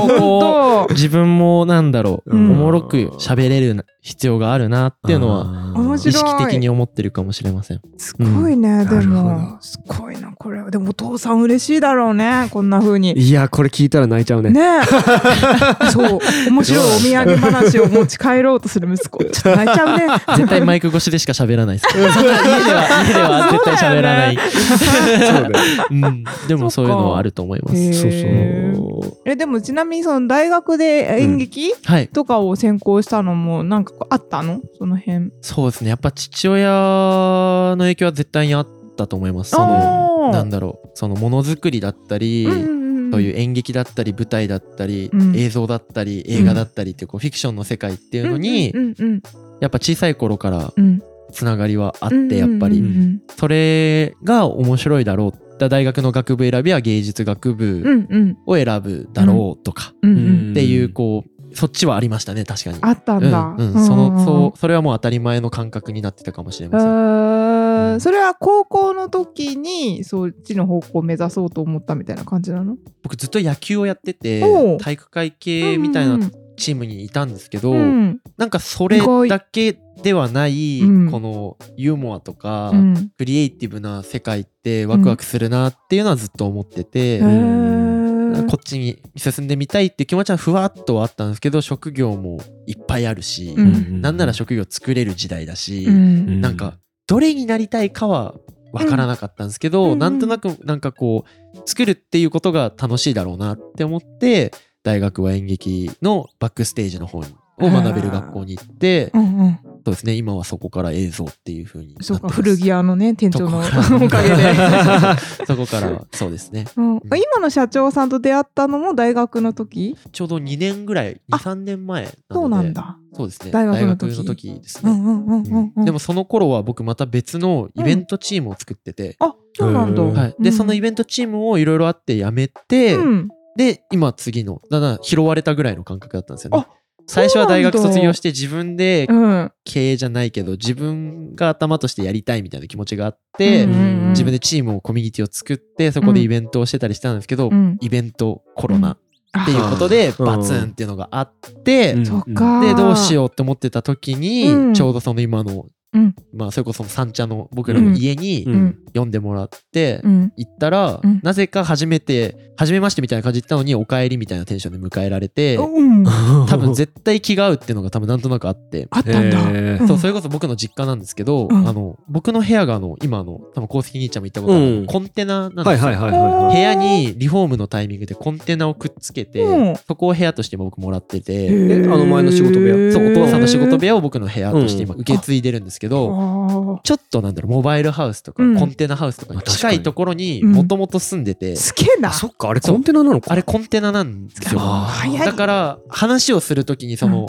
[SPEAKER 2] と
[SPEAKER 3] こう、自分もなんだろう、
[SPEAKER 2] う
[SPEAKER 3] お
[SPEAKER 2] ん
[SPEAKER 3] もろく喋れる必要があるなっていうのは、
[SPEAKER 1] は
[SPEAKER 2] 面白
[SPEAKER 3] 意
[SPEAKER 2] い
[SPEAKER 3] 識的に思ってるかもしれません。
[SPEAKER 2] すごいね、で
[SPEAKER 1] なるほ
[SPEAKER 2] もすごいなこれはでもお父さん嬉しいだろうねこんな風に
[SPEAKER 1] いやこれ聞いたら泣いちゃうね
[SPEAKER 2] ね えそう面白いお土産話を持ち帰ろうとする息子ちょっと泣いちゃうね
[SPEAKER 3] 絶対マイク越しでしか喋らな いです。そんな家では、家では絶対喋らない。
[SPEAKER 1] そうだよ
[SPEAKER 3] うん、でもそういうのはあると思います。
[SPEAKER 1] そう
[SPEAKER 2] へー
[SPEAKER 1] そう
[SPEAKER 2] えでもちなみにその大学で演劇、
[SPEAKER 3] はい、
[SPEAKER 2] とかを専攻したのもなんかこうあったのその辺
[SPEAKER 3] そうですね。やっぱ父親の影響は絶対にあったと思います。そ
[SPEAKER 2] お
[SPEAKER 3] の
[SPEAKER 2] ー
[SPEAKER 3] なんだろう、そのものづくりだったり、そういう
[SPEAKER 2] う
[SPEAKER 3] 演劇だったり舞台だったり、
[SPEAKER 2] うん
[SPEAKER 3] 映像だったり映画だったりっていうこうフィクションの世界っていうのに、
[SPEAKER 2] うんうん
[SPEAKER 3] やっぱ小さい頃から
[SPEAKER 2] うん
[SPEAKER 3] つながりはあっ
[SPEAKER 2] うん
[SPEAKER 3] てやっぱり、
[SPEAKER 2] うんうん
[SPEAKER 3] それが面白いだろう。だ大学の学部選びは芸術学部
[SPEAKER 2] うんうん
[SPEAKER 3] を選ぶだろうとか、
[SPEAKER 2] うんう
[SPEAKER 1] うんん
[SPEAKER 3] っていうこうそっちはありましたね確かに。
[SPEAKER 2] あったんだ、
[SPEAKER 3] うんうん、そのそうそれはもう当たり前の感覚になってたかもしれ
[SPEAKER 2] え
[SPEAKER 3] ません。
[SPEAKER 2] ー
[SPEAKER 3] うん
[SPEAKER 2] それは高校の時にそっちの方向を目指そうと思ったみたいな感じなの、
[SPEAKER 3] 僕ずっと野球をやってて
[SPEAKER 2] おう
[SPEAKER 3] 体育会系みたい
[SPEAKER 2] うんう
[SPEAKER 3] なんチームにいたんですけど、
[SPEAKER 2] うん
[SPEAKER 3] なんかそれ
[SPEAKER 2] 意外
[SPEAKER 3] だけではない
[SPEAKER 2] うん
[SPEAKER 3] このユーモアとか、
[SPEAKER 2] うん
[SPEAKER 3] クリエイティブな世界ってワクワクするなっていうのはずっと思ってて、
[SPEAKER 2] へ
[SPEAKER 3] なん
[SPEAKER 2] ー
[SPEAKER 3] かこっちに進んでみたいって気持ちはふわっとはあったんですけど職業もいっぱいあるし、
[SPEAKER 2] う
[SPEAKER 3] なんなら職業作れる時代だし、
[SPEAKER 2] うん
[SPEAKER 3] なんかどれになりたいかは分からなかったんですけど、
[SPEAKER 2] うん
[SPEAKER 3] なんとなくなんかこう作るっていうことが楽しいだろうなって思って大学は演劇のバックステージの方にを学べる学校に行って
[SPEAKER 2] うんうん
[SPEAKER 3] そうですね今はそこから映像っていう風になって
[SPEAKER 2] そうか
[SPEAKER 3] ます
[SPEAKER 2] 古着屋のね店長の
[SPEAKER 3] そこ
[SPEAKER 2] おかげ で、
[SPEAKER 3] らそこからそうですね
[SPEAKER 2] うん、今の社長さんと出会ったのも大学の時
[SPEAKER 3] ちょうど2年ぐらい
[SPEAKER 2] あ
[SPEAKER 3] 23年前なので
[SPEAKER 2] そうなんだ
[SPEAKER 3] そうですね
[SPEAKER 2] 大学の時
[SPEAKER 3] 大時です
[SPEAKER 2] う
[SPEAKER 3] ね、
[SPEAKER 2] んうんうんうんうん
[SPEAKER 3] でもその頃は僕また別のイベントチームを作ってて、
[SPEAKER 2] あそうなんだ、
[SPEAKER 1] へー
[SPEAKER 3] はい、で、そのイベントチームをいろいろあってやめて、
[SPEAKER 2] うん
[SPEAKER 3] で今次のだだ拾われたぐらいの感覚だったんですよね
[SPEAKER 2] あ。
[SPEAKER 3] 最初は大学
[SPEAKER 2] そうなんだ
[SPEAKER 3] 卒業して自分で
[SPEAKER 2] うん
[SPEAKER 3] 経営じゃないけど自分が頭としてやりたいみたいな気持ちがあって、
[SPEAKER 2] うんうんうん
[SPEAKER 3] 自分でチームをコミュニティを作ってそこでイベントをしてたりしたんですけど、
[SPEAKER 2] うん
[SPEAKER 3] イベントコロナっていうこと
[SPEAKER 1] う
[SPEAKER 3] で
[SPEAKER 1] ん
[SPEAKER 3] バツンっていうのがあって、
[SPEAKER 1] うん
[SPEAKER 2] そっか
[SPEAKER 3] でどうしようって思ってた時に、
[SPEAKER 2] うん
[SPEAKER 3] ちょうどその今の
[SPEAKER 2] うん
[SPEAKER 3] まあ、それこそ三茶の僕らの家
[SPEAKER 1] う
[SPEAKER 3] に
[SPEAKER 1] ん
[SPEAKER 2] うん
[SPEAKER 3] 読んでもらって
[SPEAKER 2] うん
[SPEAKER 3] 行ったら、
[SPEAKER 2] うん
[SPEAKER 3] なぜか初めて初めましてみたいな感じで行ったのに「おかえり」みたいなテンションで迎えられて
[SPEAKER 2] うんあ
[SPEAKER 3] 多分絶対気が合うっていうのが多分なんとなくあって。
[SPEAKER 2] ったんだ、
[SPEAKER 1] へー
[SPEAKER 2] うん
[SPEAKER 3] そうそれこそ僕の実家なんですけど、
[SPEAKER 2] うん
[SPEAKER 3] あの僕の部屋があの今あの多分公式兄ちゃんも言ったことある、
[SPEAKER 1] うん
[SPEAKER 3] コンテナなんですよ、
[SPEAKER 1] はいはいはいはいはい
[SPEAKER 3] 部屋にリフォームのタイミングでコンテナをくっつけて、
[SPEAKER 2] うん
[SPEAKER 3] そこを部屋として今僕もらってて、
[SPEAKER 2] へー
[SPEAKER 1] あの前の仕事部屋
[SPEAKER 3] そうお父さんの仕事部
[SPEAKER 2] へ
[SPEAKER 3] 屋を僕の部屋として今受け継いでるんです
[SPEAKER 2] ー
[SPEAKER 3] けど、
[SPEAKER 2] あー
[SPEAKER 3] ちょっとなんだろうモバイルハウスとか
[SPEAKER 2] うん
[SPEAKER 3] コンテナハウスとかに
[SPEAKER 1] あ確
[SPEAKER 3] 近
[SPEAKER 1] かに
[SPEAKER 3] いところに
[SPEAKER 2] うん
[SPEAKER 3] もともと住んでて、
[SPEAKER 2] すげえな
[SPEAKER 1] あそっかあれコンテナなのか
[SPEAKER 3] あれコンテナなんですよ
[SPEAKER 1] あー
[SPEAKER 2] 早い
[SPEAKER 3] だから話をするときにそ
[SPEAKER 2] う
[SPEAKER 3] の、
[SPEAKER 2] ん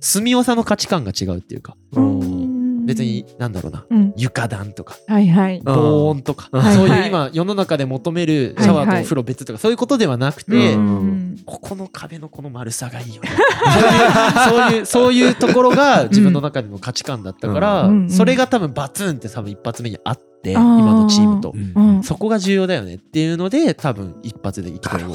[SPEAKER 3] 住みさの価値観が違うっていうか
[SPEAKER 1] うん
[SPEAKER 3] 別になんだろうな
[SPEAKER 2] うん
[SPEAKER 3] 床暖とか
[SPEAKER 2] はいはい
[SPEAKER 1] あー
[SPEAKER 3] 防音とか
[SPEAKER 1] はい
[SPEAKER 3] そう
[SPEAKER 2] はいいう
[SPEAKER 3] 今世の中で求めるシャワーとお風呂別とかそういうことではなくて、
[SPEAKER 1] うん
[SPEAKER 3] ここの壁のこの丸さがいいよねそういうそういうところが自分の中での価値観だったから、
[SPEAKER 2] うんうん
[SPEAKER 3] それが多分バツンって多分一発目にあって、
[SPEAKER 2] あー
[SPEAKER 3] 今のチームと、
[SPEAKER 1] うん
[SPEAKER 2] うん
[SPEAKER 3] そこが重要だよねっていうので多分一発で生きてる
[SPEAKER 1] なるほ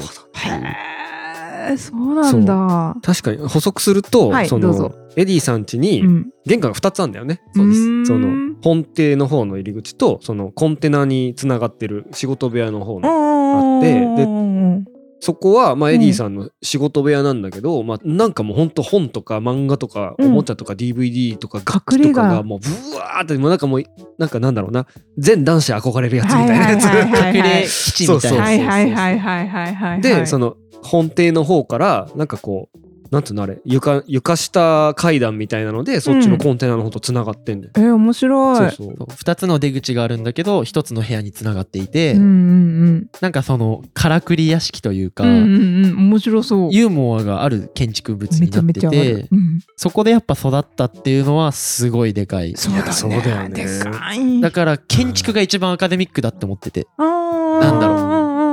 [SPEAKER 2] へーそうなんだ
[SPEAKER 1] 確かに補足すると、
[SPEAKER 2] はい
[SPEAKER 1] そ
[SPEAKER 2] どう
[SPEAKER 1] の
[SPEAKER 2] ぞ
[SPEAKER 1] エディさん家に
[SPEAKER 2] うん
[SPEAKER 1] 玄関が2つあるんだよね、
[SPEAKER 2] そうです
[SPEAKER 1] そうの
[SPEAKER 2] ん
[SPEAKER 1] 本邸の方の入り口とそのコンテナにつながってる仕事部屋の方の、
[SPEAKER 2] あ
[SPEAKER 1] ってで
[SPEAKER 2] うん
[SPEAKER 1] そこは、まあ、
[SPEAKER 2] うん
[SPEAKER 1] エディさんの仕事部屋なんだけど、まあ、なんかもうほんと本とか漫画とか
[SPEAKER 2] うん
[SPEAKER 1] おもちゃとか DVD とか楽器
[SPEAKER 2] 隠れ
[SPEAKER 1] と
[SPEAKER 2] 家
[SPEAKER 1] かがもうブワーってもうなんかもうなんかなんだろうな全男子憧れるやつみ
[SPEAKER 2] はい
[SPEAKER 1] たいなやつ。
[SPEAKER 2] はいはいはい
[SPEAKER 3] 隠れ基地みたいな
[SPEAKER 2] はいはいはいはいはいはい
[SPEAKER 1] でそ
[SPEAKER 2] の
[SPEAKER 1] の本邸の方からなんかこうなんつうのあれ床床下階段みたいなのでそっちのコンテナの方とつながってんだよ。
[SPEAKER 2] えー面白い
[SPEAKER 1] そうそう
[SPEAKER 3] そう2つの出口があるんだけど1つの部屋につながっていて、
[SPEAKER 2] うんうん
[SPEAKER 3] なんかそのからくり屋敷というか、
[SPEAKER 2] うんうんうんうん面白そう
[SPEAKER 3] ユーモアがある建築物
[SPEAKER 2] め
[SPEAKER 3] に
[SPEAKER 2] ち
[SPEAKER 3] な
[SPEAKER 2] ゃ
[SPEAKER 3] っ
[SPEAKER 2] め
[SPEAKER 3] て
[SPEAKER 2] ちゃある
[SPEAKER 3] て
[SPEAKER 2] うん
[SPEAKER 3] そこでやっぱ育ったっていうのはすごいでかい
[SPEAKER 2] そう
[SPEAKER 1] いやそうだ
[SPEAKER 2] だ
[SPEAKER 1] よ
[SPEAKER 2] よね
[SPEAKER 1] ね
[SPEAKER 2] でかい
[SPEAKER 3] だから建築が一番アカデミックだって思ってて
[SPEAKER 2] な
[SPEAKER 3] なんだろう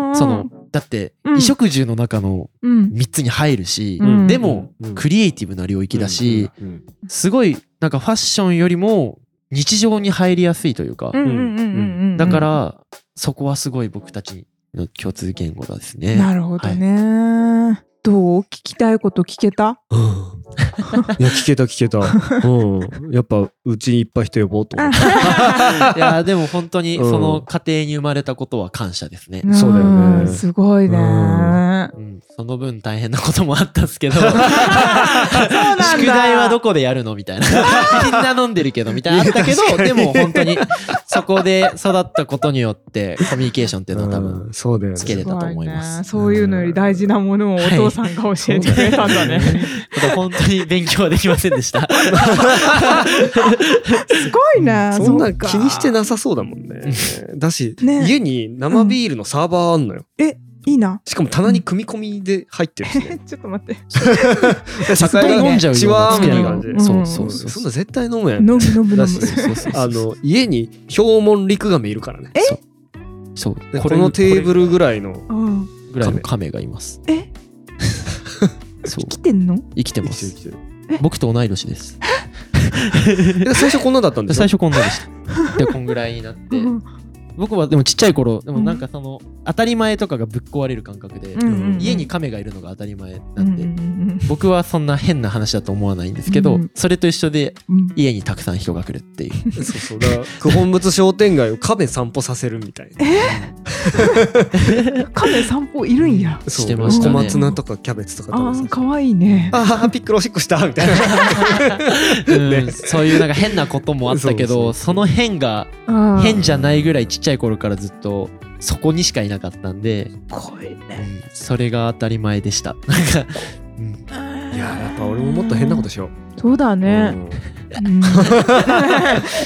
[SPEAKER 2] ろ
[SPEAKER 3] そのだって
[SPEAKER 2] うん
[SPEAKER 3] 衣食住の中の
[SPEAKER 2] うん
[SPEAKER 3] 3つに入るし、
[SPEAKER 2] うん
[SPEAKER 3] でも
[SPEAKER 1] うん
[SPEAKER 3] クリエイティブな領域だし、
[SPEAKER 1] うんうん
[SPEAKER 3] すごいなんかファッションよりも日常に入りやすいというか、
[SPEAKER 2] うんうんうんうんうん
[SPEAKER 3] だからそこはすごい僕たちの共通言語ですね。
[SPEAKER 2] なるほどねどう聞きたいこと聞け た
[SPEAKER 1] うんいや聞けた聞けた、うん、やっぱうちにいっぱい人呼ぼうと思って
[SPEAKER 3] いやでも本当に
[SPEAKER 1] うん
[SPEAKER 3] その家庭に生まれたことは感謝ですね。
[SPEAKER 1] そうだよね
[SPEAKER 2] んすごいね
[SPEAKER 1] う
[SPEAKER 2] そうん
[SPEAKER 3] うん、その分大変なこともあったんですけど
[SPEAKER 2] なんだ
[SPEAKER 3] 宿題はどこでやるのみたいな みんな飲んでるけどみたいなあったけどでも本当にそこで育ったことによってコミュニケーションっていうのは多分
[SPEAKER 1] うんそうだよね
[SPEAKER 3] つけれたと思います。
[SPEAKER 2] すごいねそういうのより大事なものをお父さんが教えてくれたんだね。
[SPEAKER 3] ちょっと本当に勉強はできませんで した。
[SPEAKER 2] すごいね。
[SPEAKER 1] そんな
[SPEAKER 2] うか
[SPEAKER 1] 気にしてなさそうだもんねだし、
[SPEAKER 2] ね
[SPEAKER 1] 家に生ビールのサーバーあんのよ
[SPEAKER 2] いいな。
[SPEAKER 1] しかも棚に組み込みで入ってるし ね
[SPEAKER 2] ちょっと待って。
[SPEAKER 1] 酒屋が
[SPEAKER 3] 飲んじゃうよ
[SPEAKER 1] チワーみたいな感
[SPEAKER 2] う
[SPEAKER 1] じ
[SPEAKER 2] ん
[SPEAKER 1] で
[SPEAKER 3] そう
[SPEAKER 1] そ
[SPEAKER 3] そうう
[SPEAKER 1] そ
[SPEAKER 3] そうう。
[SPEAKER 1] そんな絶対飲むや
[SPEAKER 2] 飲
[SPEAKER 1] ん
[SPEAKER 2] む飲む飲む
[SPEAKER 1] だ。し
[SPEAKER 3] そうそう
[SPEAKER 1] あの家に氷門陸亀いるからね
[SPEAKER 3] そう
[SPEAKER 1] でこのテーブ
[SPEAKER 3] ル
[SPEAKER 1] ルぐらいの
[SPEAKER 2] うん。
[SPEAKER 3] ぐらいの亀がいます。
[SPEAKER 2] え、
[SPEAKER 3] そう
[SPEAKER 2] 生きてんの？
[SPEAKER 3] 生きてます。僕と同い年です。
[SPEAKER 1] で最初こんなだったん
[SPEAKER 3] で
[SPEAKER 1] ですよ
[SPEAKER 3] 最初こんなでした。でこんぐらいになって
[SPEAKER 2] う、ん
[SPEAKER 3] 僕はでもちっちゃい頃でもなんかその当たり前とかがぶっ壊れる感覚で、
[SPEAKER 2] うん
[SPEAKER 3] 家に亀がいるのが当たり前な
[SPEAKER 2] うんん
[SPEAKER 3] で、
[SPEAKER 2] うん
[SPEAKER 3] 僕はそんな変な話だと思わないんですけど、
[SPEAKER 2] うん
[SPEAKER 3] それと一緒で
[SPEAKER 2] うんうん
[SPEAKER 3] 家にたくさん人が来るって いう。
[SPEAKER 1] そうそうだから九本仏商店街を亀散歩させるみたいな
[SPEAKER 2] 亀散歩いるんや。
[SPEAKER 1] そう
[SPEAKER 3] してましたね
[SPEAKER 1] 小松菜とかキャベツとか
[SPEAKER 2] あ
[SPEAKER 1] 食べ
[SPEAKER 2] ー
[SPEAKER 1] させる
[SPEAKER 2] 可愛いね。
[SPEAKER 1] ああピックルおしっこしたみたいな
[SPEAKER 3] うんそういうなんか変なこともあったけ
[SPEAKER 1] そうそ
[SPEAKER 3] ど
[SPEAKER 1] う
[SPEAKER 3] その変が変じゃないぐらいちっちゃい頃からずっとそこにしかいなかったんで、
[SPEAKER 2] ゃ濃いね。
[SPEAKER 3] それが当たり前でした。 なんか、うん
[SPEAKER 1] いややっぱ俺ももっと変なことしよ
[SPEAKER 2] そうだ
[SPEAKER 1] う、
[SPEAKER 2] ね。
[SPEAKER 1] うん
[SPEAKER 2] うん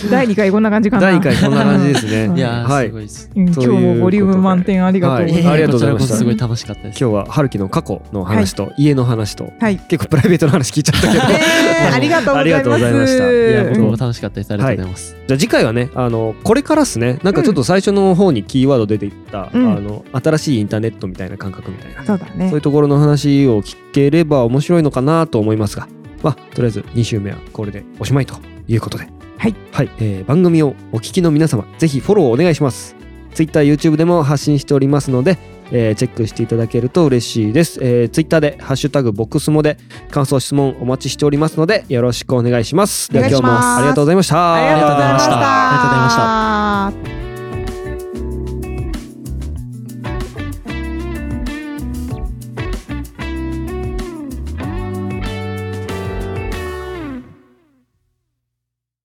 [SPEAKER 2] 第二回こんな感じかな。
[SPEAKER 1] 第1回こんな感じですね
[SPEAKER 3] いやー、
[SPEAKER 1] はい
[SPEAKER 3] すごいです。
[SPEAKER 2] うん。今
[SPEAKER 1] と
[SPEAKER 2] 日
[SPEAKER 1] いうことで
[SPEAKER 2] もボリューム満点ありがとうございます。
[SPEAKER 1] はいありがとうございました
[SPEAKER 3] こちらこそすごい楽しかったです。
[SPEAKER 1] 今日は春樹の過去の話と家の話と、
[SPEAKER 2] はい
[SPEAKER 1] 結構プライベートの話聞いちゃ ったけどじ
[SPEAKER 2] えーありがとうございます。
[SPEAKER 1] ありがとうございましたい
[SPEAKER 3] いや、
[SPEAKER 1] うん
[SPEAKER 3] 僕も楽しかったです。ありがとうございます。
[SPEAKER 1] ゃあ次回はねあのこれからっすねなんかちょっと最初の方にキーワード出ていった、
[SPEAKER 2] うん
[SPEAKER 1] あの新しいインターネットみたいな感覚みたいな、
[SPEAKER 2] そうだね
[SPEAKER 1] そういう。ところの話を聞ければ面白いのかなと思いますが、まあ、とりあえず2週目はこれでおしまいということで、
[SPEAKER 2] はい
[SPEAKER 1] えー番組をお聞きの皆様ぜひフォローお願いします TwitterYouTube でも発信しておりますのでえーチェックしていただけると嬉しいです、えー、ツイッターで「ハッシュタグボックスモ」で感想質問お待ちしておりますのでよろしくお願いしますでは今日も
[SPEAKER 2] お願いします
[SPEAKER 1] ありがとうございました
[SPEAKER 2] ありがとうございました。
[SPEAKER 3] ありがとうございました